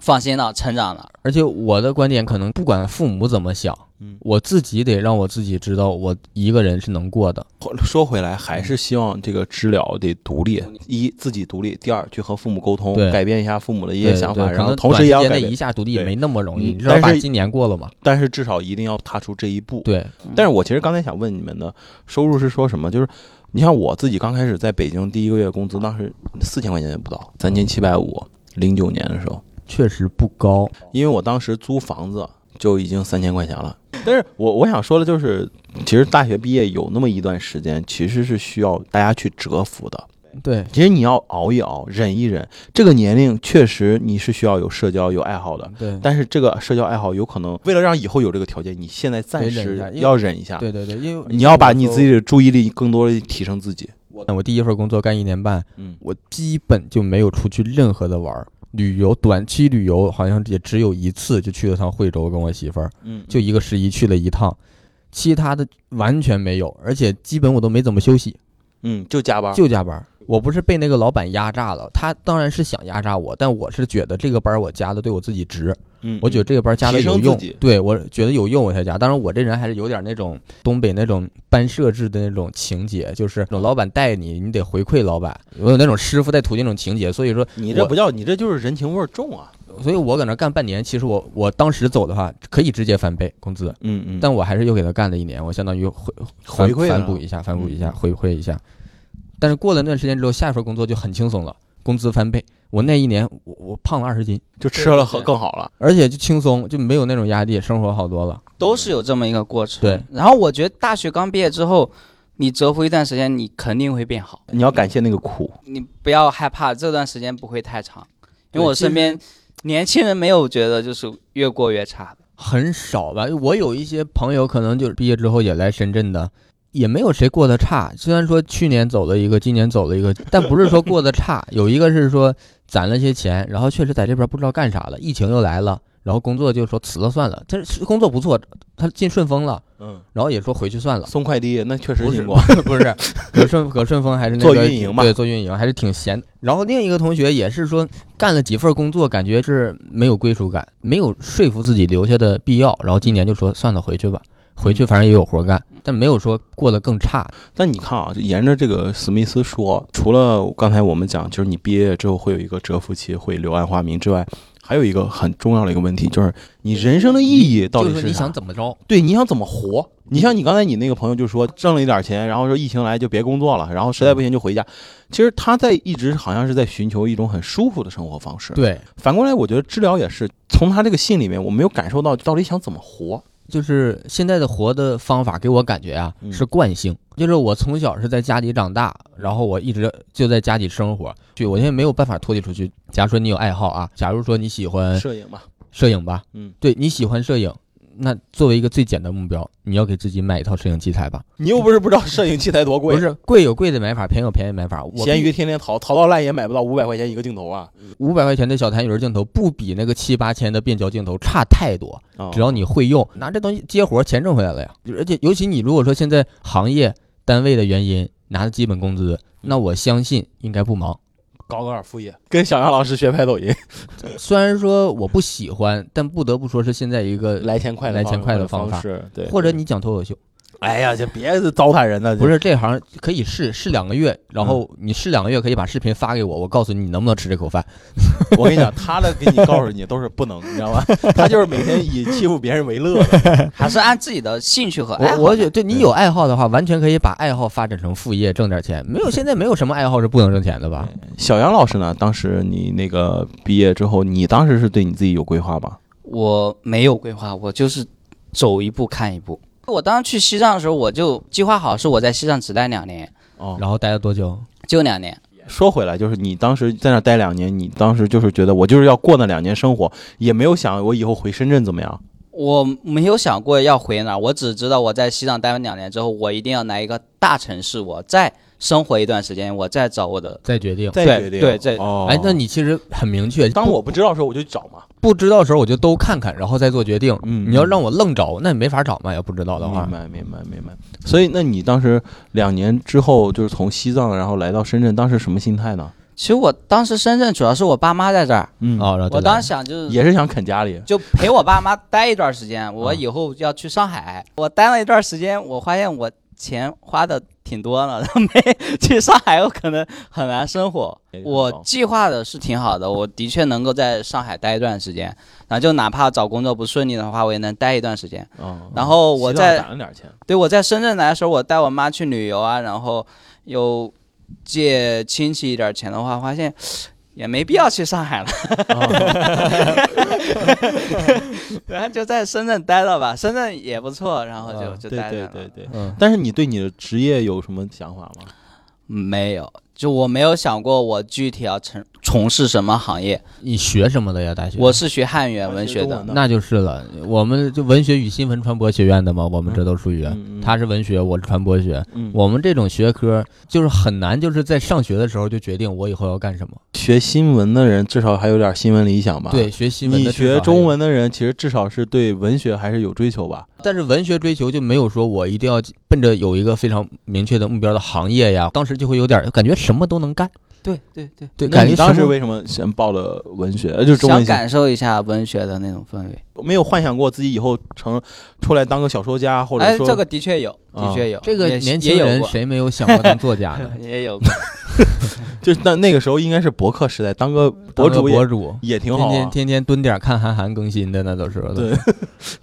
S2: 放心了，成长了。
S3: 而且我的观点可能不管父母怎么想，
S1: 嗯
S3: 我自己得让我自己知道，我一个人是能过的。
S1: 后说回来，还是希望这个治疗得独立，一自己独立，第二去和父母沟通，
S3: 嗯对
S1: 改变一下父母的一些
S3: 对
S1: 想
S3: 对
S1: 法，
S3: 可
S1: 然后
S3: 能
S1: 同
S3: 短
S1: 时也
S3: 时
S1: 要
S3: 间
S1: 改
S3: 内
S1: 变
S3: 一，下独立
S1: 对
S3: 没那么容易，
S1: 嗯
S3: 你至少
S1: 但
S3: 把
S1: 是
S3: 今年过了嘛。
S1: 但是至少一定要踏出这一步。
S3: 对，
S1: 但是我其实刚才想问你们的收入是说什么？就是你像我自己刚开始在北京第一个月工资，当时四千块钱也不到，三千七百五，零九年的时候，
S3: 确实不高。
S1: 因为我当时租房子就已经三千块钱了。但是我我想说的就是，其实大学毕业有那么一段时间，其实是需要大家去折服的。
S3: 对，
S1: 其实你要熬一熬，忍一忍。这个年龄确实你是需要有社交、有爱好的，
S3: 对，
S1: 但是这个社交爱好有可能为了让以后有这个条件，你现在暂
S3: 得忍一
S1: 时
S3: 下因为
S1: 要忍一下。
S3: 对对对，因为
S1: 你要把你自己。的注意力更多的提升自己。
S3: 我第一份工作干一年半，
S1: 嗯，
S3: 我基本就没有出去任何的玩儿。旅游短期旅游好像也只有一次，就去了趟惠州，跟我媳妇儿
S1: 嗯，
S3: 就一个十一去了一趟，其他的完全没有，而且基本我都没怎么休息，
S1: 嗯就加班，
S3: 就加班儿。我不是被那个老板压榨了，他当然是想压榨我，但我是觉得这个班儿我加的对我自己值，
S1: 嗯，
S3: 我觉得这个班儿加的
S1: 提升
S3: 有用
S1: 自己，
S3: 对我觉得有用我才加。当然，我这人还是有点那种东北那种班社制的那种情节，就是那种老板带你，你得回馈老板，我有那种师傅带徒弟那种情节。所以说，
S1: 你这
S3: 我
S1: 不叫你这就是人情味儿重啊。
S3: 所以我搁那干半年，其实我我当时走的话，可以直接翻倍工资，
S1: 嗯嗯
S3: 但我还是又给他干了一年，我相当于
S1: 回
S3: 回反
S1: 馈
S3: 反
S1: 了
S3: 哺一下，反哺一
S1: 嗯
S3: 下，回馈一下。但是过了那段时间之后，下一份工作就很轻松了，工资翻倍。我那一年我我胖了二十斤，
S1: 就吃了喝更好了。
S3: 而且就轻松，就没有那种压力，生活好多了。
S2: 都是有这么一个过程。
S3: 对，
S2: 然后我觉得大学刚毕业之后，你蛰伏一段时间，你肯定会变好，
S1: 你要感谢那个苦，
S2: 你不要害怕，这段时间不会太长，因为我
S3: 对其实
S2: 身边年轻人没有觉得就是越过越差的。
S3: 很少吧。我有一些朋友可能就是毕业之后也来深圳的，也没有谁过得差。虽然说去年走了一个，今年走了一个， 但不是说过得差。有一个是说攒了些钱，然后确实在这边不知道干啥了，疫情又来了，然后工作就说辞了算了。但是工作不错，他进顺丰了，
S1: 嗯，
S3: 然后也说回去算了。
S1: 送快递那确实
S3: 不是
S1: 经过。
S3: 不是，葛顺葛顺丰还是那
S1: 做
S3: 个
S1: 运营吧
S3: 对，做运营还是挺闲的。然后另一个同学也是说，干了几份工作，感觉是没有归属感，没有说服自己留下的必要。然后今年就说算了，回去吧，回去反正也有活干，但没有说过得更差。
S1: 但你看啊，沿着这个史密斯说，除了刚才我们讲，就是你毕业之后会有一个蛰伏期，会柳暗花明之外，还有一个很重要的一个问题，就是你人生的意义到
S3: 就
S1: 底
S3: 是说你
S1: 啥
S3: 想怎么着？
S1: 对，你想怎么活？你像你刚才你那个朋友就说挣了一点钱，然后说疫情来就别工作了，然后实在不行就回家。其实他在一直好像是在寻求一种很舒服的生活方式。
S3: 对，
S1: 反过来，我觉得治疗也是从他这个信里面，我没有感受到到底想怎么活。
S3: 就是现在的活的方法给我感觉啊
S1: 嗯
S3: 是惯性，就是我从小是在家里长大，然后我一直就在家里生活，就我现在没有办法脱离出去。假如说你有爱好啊，假如说你喜欢
S1: 摄影嘛，
S3: 摄影吧，
S1: 嗯，
S3: 对你喜欢摄影，那作为一个最简单的目标，你要给自己买一套摄影器材吧。
S1: 你又不是不知道摄影器材多
S3: 不
S1: 贵，
S3: 是贵有贵的买法，便宜有便宜的买法。我
S1: 闲鱼天天淘，淘到烂也买不到五百块钱一个镜头啊。
S3: 五百块钱的小弹鱼镜头，不比那个七八千的变焦镜头差太多。
S1: 哦
S3: 只要你会用，拿这东西接活，钱挣回来了呀。而且尤其你如果说现在行业单位的原因拿的基本工资，那我相信应该不忙。
S1: 搞点副业，跟小杨老师学拍抖音，
S3: 虽然说我不喜欢，但不得不说是现在一个，
S1: 来钱快的
S3: 来钱快的
S1: 方
S3: 方法
S1: 式，对。
S3: 或者你讲脱口秀。
S1: 哎呀，就别糟蹋人了，
S3: 不是这行可以试试两个月，
S1: 嗯
S3: 然后你试两个月可以把视频发给我，我告诉你你能不能吃这口饭。
S1: 我跟你讲，他的给你告诉你都是不能，你知道吗？他就是每天以欺负别人为乐的。
S2: 还是按自己的兴趣和爱好
S3: 我我觉得对你
S1: 对
S3: 有爱好的话，完全可以把爱好发展成副业，挣点钱。没有现在没有什么爱好是不能挣钱的吧？
S1: 小杨老师呢？当时你那个毕业之后，你当时是对你自己有规划吗？
S2: 我没有规划，我就是走一步看一步。我当时去西藏的时候，我就计划好是我在西藏只待两年，
S1: 哦，
S3: 然后待了多久？
S2: 就两年。
S1: 说回来，就是你当时在那儿待两年，你当时就是觉得我就是要过那两年生活，也没有想我以后回深圳怎么样。
S2: 我没有想过要回哪儿，我只知道我在西藏待完两年之后，我一定要来一个大城市，我再生活一段时间，我再找我的。
S3: 再决定。
S1: 再
S2: 对
S1: 决定，
S2: 对对
S1: 哦，
S3: 哎，那你其实很明确，
S1: 当
S3: 不
S1: 我不知道的时候，我就找嘛。
S3: 不知道的时候，我就都看看，然后再做决定。
S1: 嗯
S3: 你要让我愣找，那也没法找嘛，要不知道的话
S1: 明。白，明白，明白。所以，那你当时两年之后，就是从西藏然后来到深圳，当时什么心态呢？
S2: 其实我当时深圳主要是我爸妈在这儿，
S1: 嗯
S3: 哦，然后
S2: 我
S3: 再来
S2: 当时想就是
S1: 也是想啃家里，
S2: 就陪我爸妈待一段时间，
S1: 啊
S2: 我以后要去上海。我待了一段时间，我发现我钱花的挺多了， 没去上海我可能很难生活。我计划的是挺好的，我的确能够在上海待一段时间，然后就哪怕找工作不顺利的话，我也能待一段时间。
S1: 嗯，
S2: 然后我
S1: 希望
S2: 在
S1: 攒了点钱，
S2: 对，我在深圳来的时候，我带我妈去旅游啊，然后又借亲戚一点钱的话，发现也没必要去上海了，
S1: 嗯
S2: 然后就在深圳待着吧，深圳也不错，然后就、
S3: 啊
S2: 就
S1: 对
S2: 待着
S1: 对
S2: 了。
S1: 对对。
S3: 嗯
S1: 但是你对你的职业有什么想法吗？
S2: 没有，就我没有想过我具体要从从事什么行业。
S3: 你学什么的呀？大学
S2: 我是学汉语言文学
S1: 中
S2: 的
S1: 文，
S3: 那就是了，我们就文学与新闻传播学院的嘛，我们这都属于，
S1: 嗯嗯
S3: 他是文学，我是传播学。
S1: 嗯，
S3: 我们这种学科就是很难，就是在上学的时候就决定我以后要干什么。
S1: 学新闻的人至少还有点新闻理想吧？
S3: 对，，学新
S1: 啊
S3: 闻
S1: 你
S3: 的
S1: 学中，文的人其实至少是对文学还是有追求吧？
S3: 但是文学追求就没有说我一定要奔着有一个非常明确的目标的行业呀。当时就会有点感觉什么都能干，
S2: 对对对，
S3: 对，
S1: 那
S3: 感
S1: 你
S3: 觉
S1: 当
S3: 什
S1: 时
S3: 么
S1: 为什么先报了文学？呃，就中文
S2: 想
S1: 系
S2: 感受一下文学的那种氛围。
S1: 没有幻想过自己以后成出来当个小说家，或者
S2: 哎，
S1: 说
S2: 这个的确有，
S1: 啊
S2: 的确有，
S3: 这个
S2: 也
S3: 年
S2: 也
S3: 轻
S2: 有
S3: 人
S2: 过，
S3: 谁没有想 过当作家呢？
S2: 也有过。
S1: 就是那那个时候应该是博客时代，当个博
S2: 啊
S3: 当个
S1: 主也
S3: 博主，
S1: 也挺好、
S3: 天天
S1: 啊。
S3: 天天蹲点看韩寒更新的那都是。
S1: 对，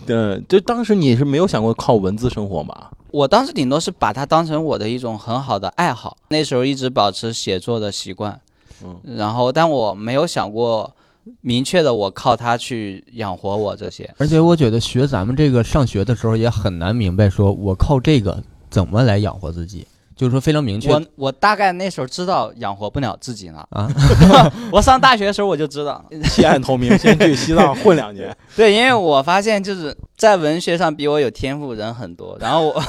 S1: 对，就当时你是没有想过靠文字生活 吧？
S2: 我当时顶多是把它当成我的一种很好的爱好，那时候一直保持写作的习惯，
S1: 嗯，
S2: 然后但我没有想过明确的我靠它去养活我这些。
S3: 而且我觉得学咱们这个上学的时候也很难明白，说我靠这个怎么来养活自己，就是说非常明确
S2: 我我大概那时候知道养活不了自己了，
S3: 啊。
S2: 我上大学的时候我就知道，
S1: 弃暗投明，先去西藏混两 年，
S2: 对，因为我发现就是在文学上比我有天赋人很多，然后我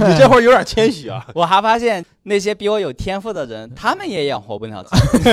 S1: 你这会儿有点谦虚啊。
S2: 我还发现那些比我有天赋的人，他们也养活不了自己。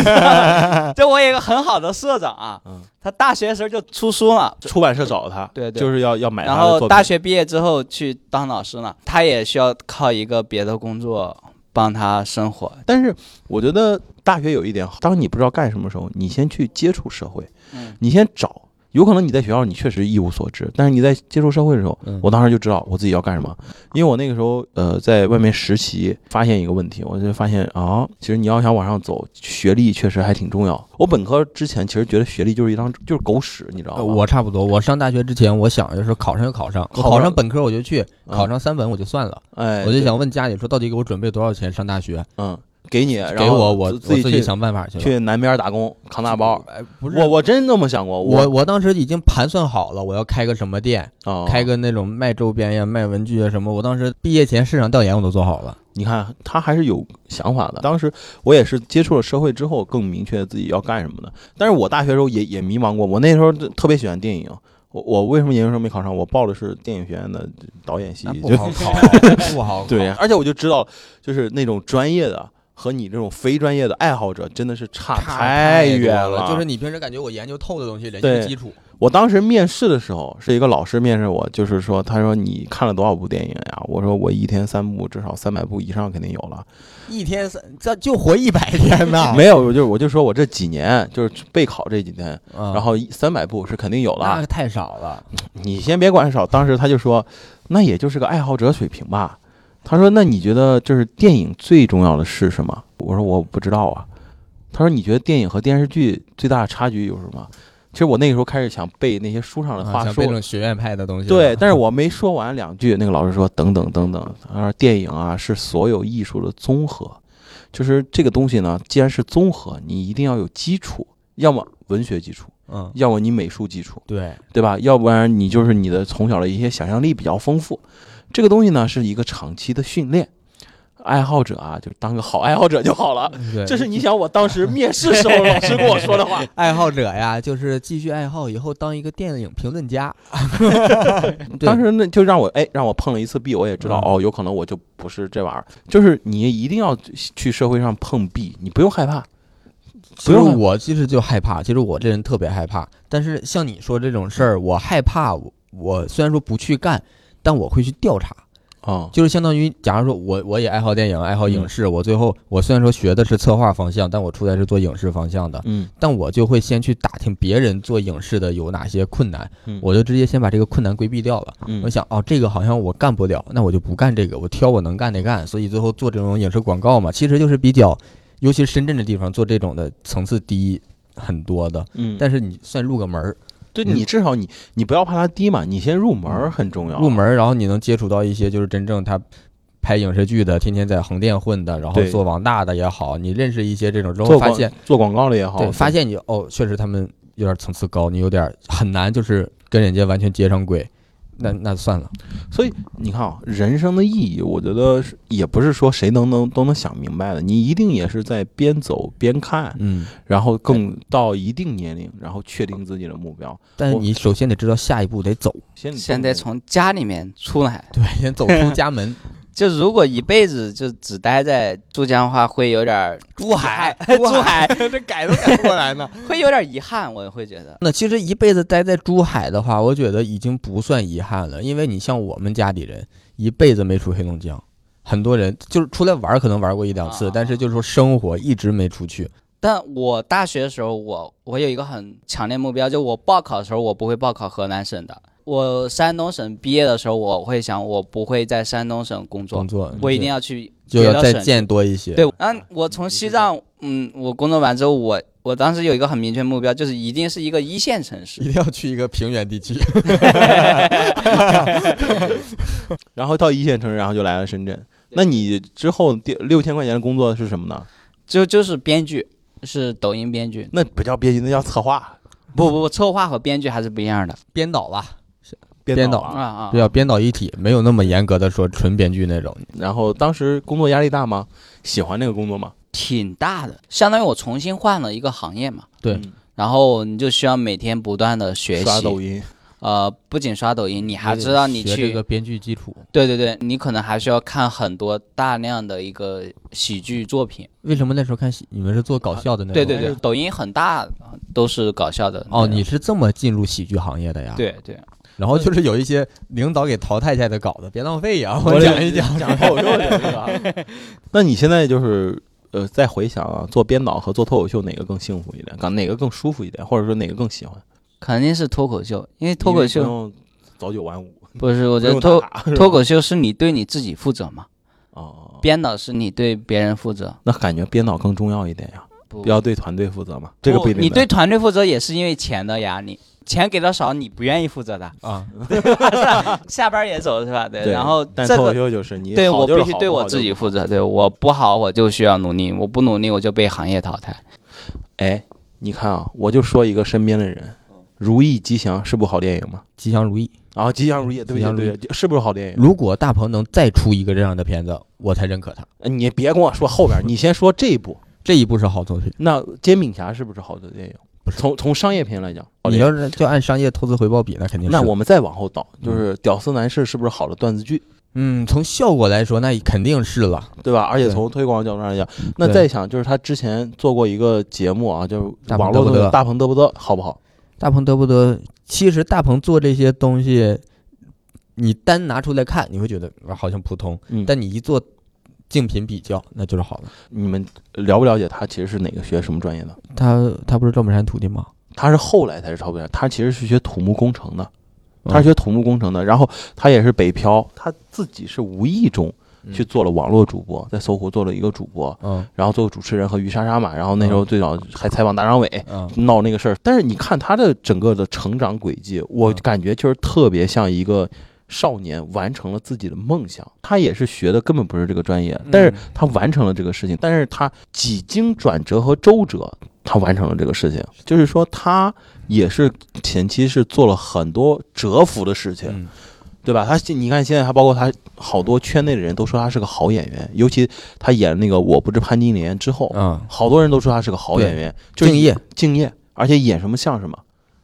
S2: 就我有一个很好的社长啊
S1: 嗯，
S2: 他大学的时候就出书了，
S1: 出版社找他，
S2: 对对
S1: 就是要要买他
S2: 然
S1: 的
S2: 后
S1: 作品
S2: 大学毕业之后去当老师了，他也需要靠一个别的工作帮他生活。
S1: 但是我觉得大学有一点好，当你不知道干什么时候，你先去接触社会，
S2: 嗯，
S1: 你先找。有可能你在学校你确实一无所知，但是你在接触社会的时候，
S3: 嗯
S1: 我当时就知道我自己要干什么，因为我那个时候呃在外面实习，发现一个问题，我就发现啊，其实你要想往上走，学历确实还挺重要。我本科之前其实觉得学历就是一张就是狗屎，你知道吗？
S3: 呃我差不多，我上大学之前，我想就是考上就考上，
S1: 考
S3: 我
S1: 上
S3: 考上本科我就去，
S1: 嗯
S3: 考上三本我就算了，
S1: 哎，
S3: 我就想问家里说到底给我准备多少钱上大学，
S1: 嗯，给你，然
S3: 给
S1: 后
S3: 我我我
S1: 自
S3: 自己
S1: 去
S3: 想办法去了。
S1: 去南边打工扛大包。
S3: 哎，不是
S1: 我我真这么想过，
S3: 我哦
S1: 我
S3: 我当时已经盘算好了，我要开个什么店，
S1: 啊
S3: 开个那种卖周边呀、卖文具啊呀什么。我当时毕业前市场调研我都做好了。
S1: 你看他还是有想法的。
S3: 嗯
S1: 当时我也是接触了社会之后，更明确自己要干什么的。但是我大学时候也也迷茫过，我那时候就特别喜欢电影。我我为什么研究生没考上？我报的是电影学院的导演系，就
S3: 考， 不好考
S1: 对，而且我就知道，就是那种专业的和你这种非专业的爱好者真的是差
S3: 太多
S1: 远
S3: 了。就是你平时感觉我研究透的东西，人
S1: 对
S3: 家基础
S1: 我当时面试的时候，是一个老师面试我，就是说，他说你看了多少部电影呀？我说我一天三部，至少三百部以上肯定有了。
S3: 一天三这就活一百天呐。
S1: 没有，我就我就说我这几年就是备考这几天，
S3: 然
S1: 然后三百部是肯定有
S3: 嗯那
S1: 了
S3: 个。太少了，
S1: 你先别管少，当时他就说，那也就是个爱好者水平吧。他说，那你觉得就是电影最重要的是什么？我说我不知道啊。他说，你觉得电影和电视剧最大的差距有什么？其实我那个时候开始想背那些书上的
S3: 啊
S1: 话
S3: 像
S1: 说
S3: 被这种学院派的东西了。
S1: 对，但是我没说完两句，那个老师说等等等等，他说电影啊是所有艺术的综合，就是这个东西呢，既然是综合，你一定要有基础，要么文学基础，
S3: 嗯，
S1: 要么你美术基础，
S3: 对，
S1: 对吧？要不然你就是你的从小的一些想象力比较丰富，这个东西呢是一个长期的训练。爱好者啊，就当个好爱好者就好了。
S3: 对
S1: 这是你想我当时面试时候老师跟我说的话。
S3: 爱好者呀，就是继续爱好，以后当一个电影评论 家。对
S1: 当时那就让我哎，让我碰了一次壁，我也知道、
S3: 嗯
S1: 哦，有可能我就不是这玩意儿。就是你一定要去社会上碰壁，你不用害怕。
S3: 其实
S1: 不用
S3: 我其实就害怕，其实我这人特别害怕。但是像你说这种事儿，我害怕，我我虽然说不去干，但我会去调查。
S1: 啊，
S3: 就是相当于，假如说我我也爱好电影，爱好影视，我最后我虽然说学的是策划方向，但我出来是做影视方向的，
S1: 嗯
S3: 但我就会先去打听别人做影视的有哪些困难
S1: 嗯，
S3: 我就直接先把这个困难规避掉了。
S1: 嗯
S3: 我想哦，这个好像我干不了，那我就不干这个，我挑我能干的干。所以最后做这种影视广告嘛，其实就是比较，尤其深圳这地方做这种的层次低很多的。
S1: 嗯，
S3: 但是你算入个门儿，
S1: 对
S3: 嗯
S1: 你至少你你不要怕它低嘛，你先入门儿
S3: 嗯
S1: 很重要。
S3: 入门儿，然后你能接触到一些就是真正他拍影视剧的，天天在横店混的，然后
S1: 对
S3: 做网大的也好，你认识一些这种之后
S1: 做
S3: 发
S1: 广
S3: 现，
S1: 做广告了也好，
S3: 对，发现你哦，确实他们有点层次高，你有点很难就是跟人家完全接上轨，那那算了，
S1: 所以你看啊，人生的意义，我觉得是也不是说谁能能都能想明白的，你一定也是在边走边看，
S3: 嗯，
S1: 然后更到一定年龄，然后确定自己的目标。
S3: 但是
S1: 我
S3: 你首先得知道下一步得走，
S1: 先
S2: 现在从家里面出来，
S3: 对，先走出家 门。
S2: 就如果一辈子就只待在珠江的话，会有点儿
S3: 珠海
S2: 珠海
S3: 这改都改不过来呢。
S2: 会有点遗憾，我会觉得。
S3: 那其实一辈子待在珠海的话，我觉得已经不算遗憾了，因为你像我们家里人，一辈子没出黑龙江，很多人就是出来玩儿可能玩过一两次，
S2: 啊
S3: 但是就是说生活一直没出去。
S2: 但我大学的时候，我我有一个很强烈目标，就我报考的时候，我不会报考河南省的。我山东省毕业的时候，我会想，我不会在山东省工作，
S3: 工作
S2: 我一定要去
S3: 就
S2: 别
S3: 要
S2: 的
S3: 再
S2: 省
S3: 见多一些。
S2: 对，然后我从西藏，嗯，我工作完之后，我我当时有一个很明确目标，就是一定是一个一线城市
S3: 一。定要去一个平原地区。
S1: 然后到一线城市，然后就来了深圳。那你之后第六千块钱的工作是什么呢？
S2: 就就是编剧，是抖音编剧，
S1: 那不叫编辑，那叫策划、
S2: 不不不，策划和编剧还是不一样的
S3: 编导吧，
S1: 编
S3: 导
S2: 啊
S1: 啊。
S2: 啊。嗯
S3: 对，要编导一体，没有那么严格的说纯编剧那种。
S1: 然后当时工作压力大吗？喜欢那个工作吗？
S2: 挺大的，相当于我重新换了一个行业嘛。
S3: 对
S1: 嗯，
S2: 然后你就需要每天不断的学习，
S1: 刷抖音，
S2: 呃，不仅刷抖音，你还知道你
S3: 学
S2: 去
S3: 这，个编剧基础。
S2: 对对对，你可能还需要看很多大量的一个喜剧作品，
S3: 为什么那时候看喜你们是做搞笑的那种？
S2: 啊对对对，抖音很大都是搞笑的。
S3: 哦，你是这么进入喜剧行业的呀？。
S2: 对对，
S3: 然后就是有一些领导给淘汰下来的稿子，别浪费呀，
S1: 我
S3: 讲 一讲。
S1: 讲脱口秀这个。那你现在就是呃，再回想啊，做编导和做脱口秀哪个更幸福一点？哪个更舒服一点？或者说哪个更喜欢？
S2: 肯定是脱口秀，因为脱口秀
S1: 因为不用早九晚五，
S2: 不是，我
S1: 我
S2: 觉得脱脱口秀是你对你自己负责嘛，
S1: 哦，
S2: 编导是你对别人负责。
S1: 那感觉编导更重要一点呀，
S2: 不
S1: 要对团队负责嘛。这个不一定的。
S2: 你对团队负责也是因为钱的呀，你钱给的少，你不愿意负责的，
S3: 啊，
S2: 下班也走是吧？对，
S1: 对
S2: 然后
S1: 但
S2: 这
S1: 脱口
S2: 个
S1: 秀就是你
S2: 对
S1: 好
S2: 我
S1: 就是
S2: 必须
S1: 好
S2: 对
S1: 不
S2: 我
S1: 好就
S2: 自己
S1: 不
S2: 负责，对我不好我就需要努力，我不努力我就被行业淘汰。
S1: 哎，你看啊，我就说一个身边的人，
S3: 嗯
S1: 《如意吉祥》是部好电影吗？
S3: 吉祥如意。
S1: 啊，《吉祥如意》对不
S3: 吉
S1: 起
S3: 祥如意
S1: 对不起，是不是好电影？
S3: 如果大鹏能再出一个这样的片子，我才认可他。
S1: 呃你别跟我说后边儿，你先说这一部。
S3: 这一部是好作品。
S1: 那《煎饼侠》是不是好的电影？
S3: 不是哦
S1: 从从商业片来讲，
S2: 哦
S1: 好
S3: 你
S1: 电影
S3: 要是就按商业投资回报比，那肯定是。
S1: 那我们再往后倒，就是《屌丝男士》是不是好的段子剧，
S3: 嗯，从效果来说，那肯定是了。
S1: 对吧？而且
S3: 对
S1: 从推广角度上来讲，那
S3: 对
S1: 再想就是他之前做过一个节目啊，就是
S3: 大
S1: 网
S3: 鹏
S1: 络
S3: 嘚不
S1: 的
S3: 嘚
S1: 大鹏嘚不嘚好不好？
S3: 大鹏得不得？其实大鹏做这些东西，你单拿出来看，你会觉得啊好像普通，
S1: 嗯但
S3: 但你一做竞品比较，那就是好了。
S1: 你们了不了解他其实是哪个学什么专业的？
S3: 他他不是赵本山徒弟吗？
S1: 他是后来才是超标，他其实是学土木工程的，
S3: 嗯
S1: 他是学土木工程的，然后他也是北漂，他自己是无意中去做了网络主播，在搜狐做了一个主播，
S3: 嗯
S1: 然后做主持人和于莎莎嘛，然后那时候最早还采访大张伟，
S3: 嗯，
S1: 闹那个事儿。但是你看他的整个的成长轨迹，我
S3: 嗯
S1: 感觉就是特别像一个少年完成了自己的梦想。他也是学的根本不是这个专业，
S3: 嗯
S1: 但是他完成了这个事情，但是他几经转折和周折。他完成了这个事情，就是说他也是前期是做了很多折服的事情，
S3: 嗯
S1: 对吧？他你看现在还包括他好多圈内的人都说他是个好演员，尤其他演那个《我不是潘金莲》之后，
S3: 嗯，
S1: 好多人都说他是个好演员，就是
S3: 敬业，
S1: 敬业，而且演什么像什么，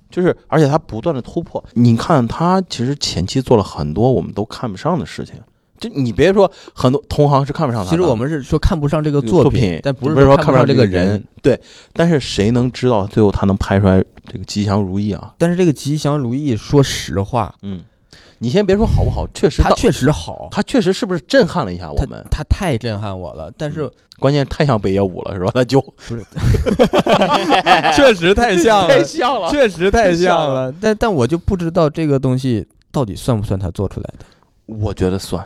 S1: 就是而且他不断的突破。你看他其实前期做了很多我们都看不上的事情，就你别说很多同行是看不上他的，
S3: 其实我们是说看不上这个
S1: 这个作
S3: 品，但
S1: 不
S3: 是
S1: 说不
S3: 看上
S1: 这
S3: 这个
S1: 人。，对，但是谁能知道最后他能拍出来这个吉祥如意啊？
S3: 但是这个吉祥如意，说实话，
S1: 嗯，你先别说好不好，确实
S3: 他
S1: 到
S3: 确实好，
S1: 他确实是不是震撼了一下我
S3: 他
S1: 们？
S3: 他太震撼我了，但是
S1: 关键太像北野武了，是吧？他就
S3: 确实太像了，
S1: 像 了。
S3: 确实太像
S1: 像
S3: 了。但但我就不知道这个东西到底算不算他做出来的，
S1: 我觉得算，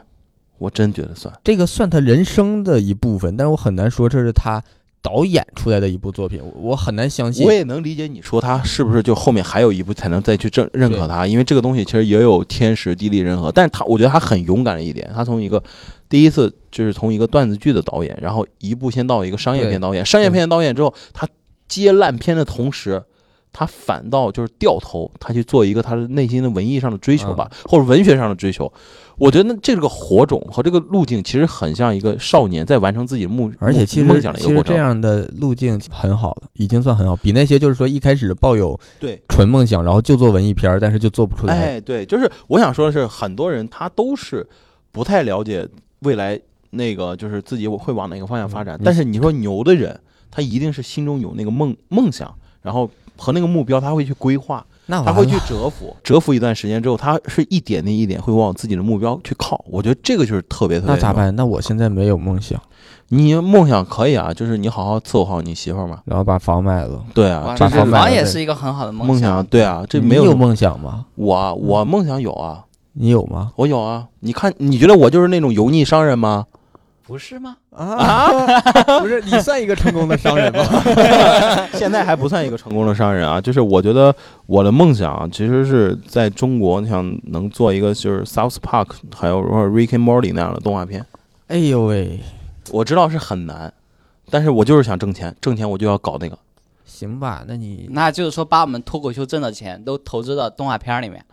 S1: 我真觉得算。
S3: 这个算他人生的一部分，但是我很难说这是他导演出来的一部作品，我我很难相信
S1: 我。也能理解你说他是不是就后面还有一步才能再去认认可
S3: 对
S1: 他，因为这个东西其实也有天时地利人和，但是他我觉得他很勇敢的一点，他从一个第一次就是从一个段子剧的导演，然后一步先到一个商业
S3: 对
S1: 片导演，商业片导演之后，他接烂片的同时。他反倒就是掉头，他去做一个他的内心的文艺上的追求
S3: 嗯
S1: 吧，或者文学上的追求。我觉得这个火种和这个路径其实很像一个少年在完成自己的梦，
S3: 而且其
S1: 梦
S3: 实
S1: 想的一
S3: 其
S1: 个
S3: 实
S1: 过
S3: 这
S1: 程。
S3: 样的路径很好了，已经算很好，比那些就是说一开始抱有
S1: 对，
S3: 纯梦想，然后就做文艺片儿，但是就做不出来。
S1: 哎，对，就是我想说的是，很多人他都是不太了解未来那个就是自己会往哪个方向发展
S3: 嗯，
S1: 但是你说牛的人，他一定是心中有那个梦梦想，然后。和那个目标，他会去规划，
S3: 那
S1: 他
S3: 完
S1: 会
S3: 了
S1: 去折服，折服一段时间之后，他是一点那一点会往自己的目标去靠。我觉得这个就是特别特别。
S3: 那咋？办？那我现在没有梦想，
S1: 你梦想可以啊，就是你好好伺候好你媳妇儿嘛。
S3: 然后把房卖了。
S1: 对
S2: 哇
S1: 啊，
S2: 这
S3: 把
S1: 这
S3: 房
S1: 是
S3: 买
S2: 房
S3: 了
S2: 也
S3: 对
S2: 是一个很好的
S1: 梦
S2: 想
S1: 想。，对啊，这没
S3: 你有
S1: 有
S3: 梦嗯想吗？
S1: 我啊我梦想有啊，
S3: 你有吗？
S1: 我有啊。你看，你觉得我就是那种油腻商人吗？
S2: 不是吗？
S3: 啊，不是，你算一个成功的商人吗？
S1: 现在还不算一个成功的商人啊，就是我觉得我的梦想啊其实是在中国想能做一个就是 South Park 还有或者 Rick and Morty 那样的动画片。
S3: 哎呦喂，
S1: 我知道是很难，但是我就是想挣钱，挣钱我就要搞那个。
S3: 行吧，那
S1: 嗯
S3: 你
S2: 那就是说，把我们脱口秀挣的钱都投资到动画片里面。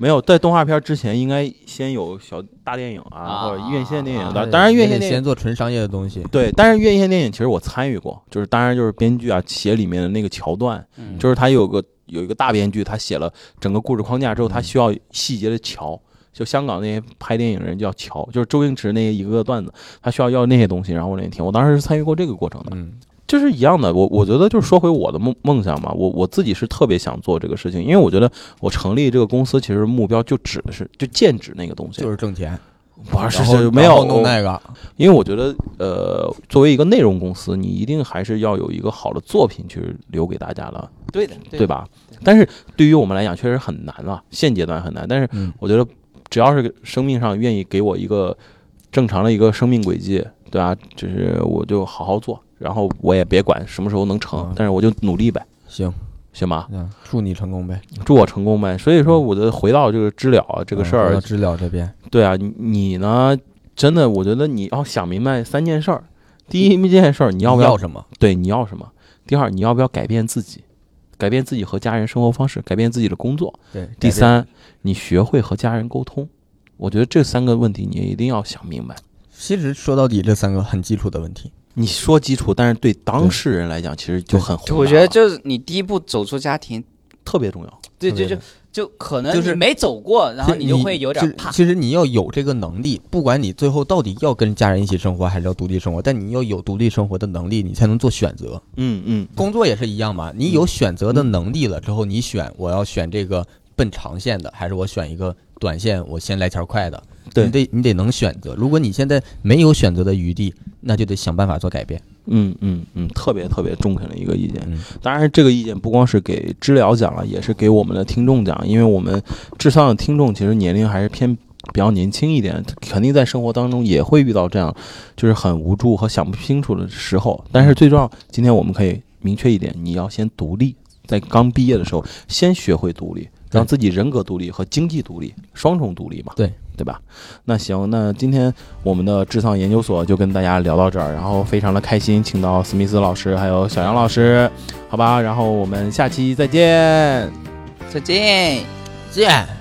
S1: 没有在动画片之前，应该先有小大电影啊，
S2: 啊
S1: 或者院线电影
S2: 啊
S1: 的。当然，院线
S3: 得
S1: 电
S3: 先
S1: 影
S3: 做纯商业的东西。
S1: 对，但是院线电影其实我参与过，就是当然就是编剧啊写里面的那个桥段，
S2: 嗯，
S1: 就是他有个有一个大编剧，他写了整个故事框架之后，
S3: 嗯
S1: 他需要细节的桥。就香港那些拍电影人叫桥，就是周星驰那些一个个段子，他需要要那些东西，然后我那听。我当时是参与过这个过程的，
S3: 嗯，
S1: 就是一样的。我我觉得就是说回我的梦梦想嘛，我我自己是特别想做这个事情，因为我觉得我成立这个公司其实目标就指的是就剑指那个东西，
S3: 就是挣钱，
S1: 不是
S3: 然后
S1: 是没
S3: 然
S1: 有
S3: 后弄那个。
S1: 因为我觉得，呃，作为一个内容公司，你一定还是要有一个好的作品去留给大家的，
S2: 对的，
S1: 对？吧？但是对于我们来讲，确实很难啊，现阶段很难。但是
S3: 嗯
S1: 我觉得，只要是生命上愿意给我一个正常的一个生命轨迹，对吧、就是我就好好做，然后我也别管什么时候能成
S3: 嗯，
S1: 但是我就努力呗，
S3: 行，
S1: 行吧？
S3: 嗯，祝你成功呗。
S1: 祝我成功呗。所以说，我觉得回到这个知了啊这个事
S3: 嗯回
S1: 儿
S3: 到，知了这边，
S1: 对啊，你你呢，真的，我觉得你要想明白三件事儿。第一件事儿，你要不
S3: 你
S1: 要
S3: 什么？
S1: 对，你要什么？第二，你要不要改变自己？改变自己和家人生活方式，改变自己的工作。
S3: 对，
S1: 第
S3: 改变，
S1: 三，你学会和家人沟通。我觉得这三个问题你一定要想明白。
S3: 其实说到底，这三个很基础的问题。
S1: 你说基础，但是对当事人来讲，其实就
S3: 对
S1: 很
S2: 就
S1: 宏
S2: 我
S1: 大
S2: 觉得
S1: 了
S2: 就是你第一步走出家庭，
S1: 特别重要。
S2: 对
S3: 特
S2: 对
S3: 别
S2: 就
S3: 的
S2: 就可能
S3: 就是
S2: 你没走过，然后
S3: 其
S2: 你就会有
S3: 其
S2: 点
S3: 实
S2: 怕。
S3: 其实你要有这个能力，不管你最后到底要跟家人一起生活，还是要独立生活，但你要有独立生活的能力，你才能做选择。
S1: 嗯嗯，
S3: 工作也是一样嘛，你有选择的能力了之后，你选我要选这个奔长线的，还是我选一个短线，我先来钱快的。
S1: 对
S3: 你得你得能选择。如果你现在没有选择的余地，那就得想办法做改变。
S1: 嗯嗯嗯，特别特别中肯的一个意见。
S3: 嗯，
S1: 当然，这个意见不光是给知了讲了，也是给我们的听众讲，因为我们智丧的听众其实年龄还是偏比较年轻一点，肯定在生活当中也会遇到这样，就是很无助和想不清楚的时候。但是最重要，今天我们可以明确一点，你要先独立，在刚毕业的时候，先学会独立，让自己人格独立和经济独立，双重独立嘛。
S3: 对。
S1: 对吧？那行，那今天我们的智丧研究所就跟大家聊到这儿，然后非常的开心，请到史密斯老师还有小杨老师，好吧，然后我们下期再见。
S2: 再见。
S3: 见。